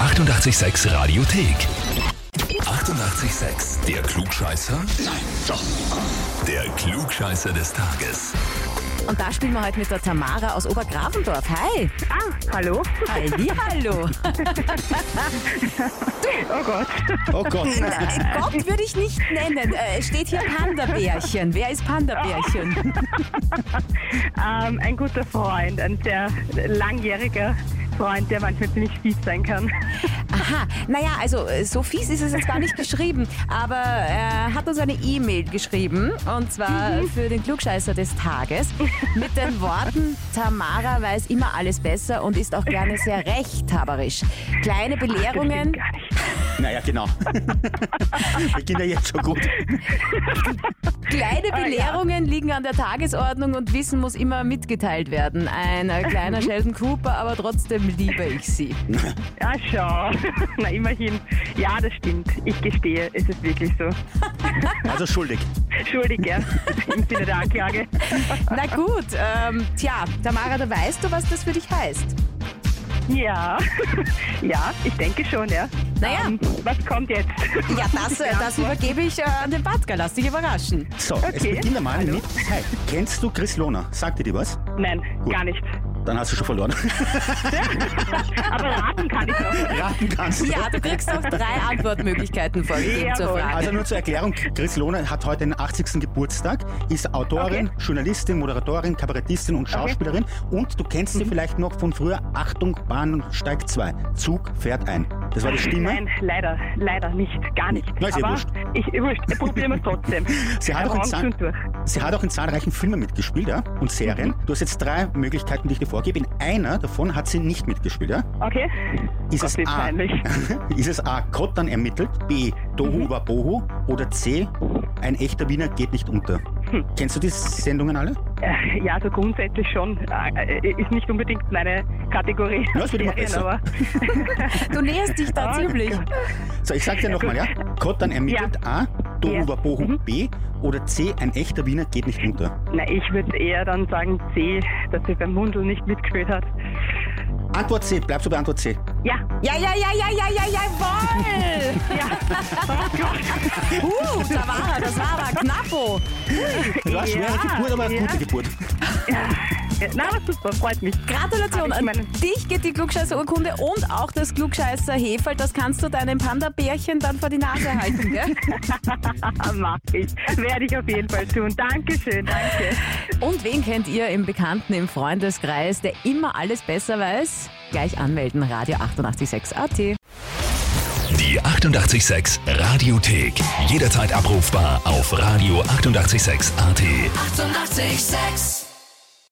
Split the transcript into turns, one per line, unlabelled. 886 Radiothek. 88,6. Der Klugscheißer? Nein, doch. Der Klugscheißer des Tages.
Und da spielen wir heute mit der Tamara aus Obergrafendorf. Hi.
Ah, hallo.
Halli, hallo.
Oh Gott.
Oh Gott.
Äh, Gott würde ich nicht nennen. Äh, Es steht hier Panda-Bärchen. Wer ist Panda-Bärchen?
Ähm, ein guter Freund, ein sehr langjähriger Freund, der manchmal ziemlich fies sein kann.
Aha, naja, also äh, so fies ist es jetzt gar nicht geschrieben, aber er hat uns eine E-Mail geschrieben und zwar für den Klugscheißer des Tages mit den Worten, Tamara weiß immer alles besser und ist auch gerne sehr rechthaberisch. Kleine
Stimmt
Belehrungen
Gar nicht.
Naja, genau. Beginnt ja jetzt schon gut.
Kleine Belehrungen liegen an der Tagesordnung und Wissen muss immer mitgeteilt werden. Ein äh, kleiner Sheldon Cooper, aber trotzdem liebe ich sie.
Ah, schau. Na, immerhin. Ja, das stimmt. Ich gestehe, es ist wirklich so.
Also schuldig.
Schuldig, ja. Im Sinne der Anklage.
Na gut, ähm, tja, Tamara, da weißt du, was das für dich heißt.
Ja. Ja, ich denke schon, ja.
Naja.
Ähm, was kommt jetzt?
Ja, das, äh, das übergebe ich äh, an den Badger, lass dich überraschen.
So, es
Okay.
beginnt einmal mit. Hi, kennst du Chris Lohner? Sagt dir die was?
Nein, gar nicht.
Dann hast du schon verloren.
Aber raten kann ich noch.
Raten kannst du.
Ja, du kriegst noch drei Antwortmöglichkeiten vorgegeben zur
Jawohl.
Frage.
Also nur zur Erklärung, Chris Lohner hat heute den 80. Geburtstag, ist Autorin, Journalistin, Moderatorin, Kabarettistin und Schauspielerin und du kennst
Mhm.
sie vielleicht noch von früher, Achtung, Bahn steigt 2, Zug fährt ein. Das war die Stimme.
Nein, leider, leider nicht, gar nicht.
ne? Na, ist ja
Aber
wurscht.
ich, wurscht, probieren wir es trotzdem.
Sie hat, auch in
Morgen
zahl-
sind durch.
sie hat auch in zahlreichen Filmen mitgespielt ja? und Serien.
Mhm.
Du hast jetzt drei Möglichkeiten, die ich dir vorgebe. In einer davon hat sie nicht mitgespielt. Ja?
Okay.
Ist,
Gott,
es
wie
A,
peinlich.
ist es A, Kottern ermittelt, B,
Mhm.
Dohu war Bohu oder C, ein echter Wiener geht nicht unter?
Hm.
Kennst du die Sendungen alle?
Äh, Ja, also grundsätzlich schon. Äh, Ist nicht unbedingt meine Kategorie.
Na, es wird immer
Serien,
besser.
aber-
Du näherst dich da
Ah,
ziemlich.
So, ich sag dir nochmal, ja? Kottern ermittelt, A, Dohu
Ja. Mhm.
war Bohu, B oder C, ein echter Wiener geht nicht unter?
Na, ich würde eher dann sagen C, dass sie beim Mundel nicht mitgespielt hat.
Antwort C, bleibst du bei Antwort C.
Ja,
Ja, ja, ja, ja, ja, ja, jawohl!
ja. Oh Gott.
Uh, Tamara, das war aber oh. knappo.
Das war eine schwere
Ja,
Geburt, aber eine
ja.
gute Geburt.
Äh, Na, aber super, freut mich.
Gratulation
Hab ich
an
meinen-
dich geht die Klugscheißer-Urkunde und auch das klugscheißer Heferl. Das kannst du deinem Panda-Bärchen dann vor die Nase halten, gell?
Mach ich. Werde ich auf jeden Fall tun. Dankeschön, danke.
Und wen kennt ihr im Bekannten, im Freundeskreis, der immer alles besser weiß? Gleich anmelden, Radio 886 AT.
Die 88,6 Radiothek. Jederzeit abrufbar auf radio886.at. 88,6.
Eighty-eight, sex.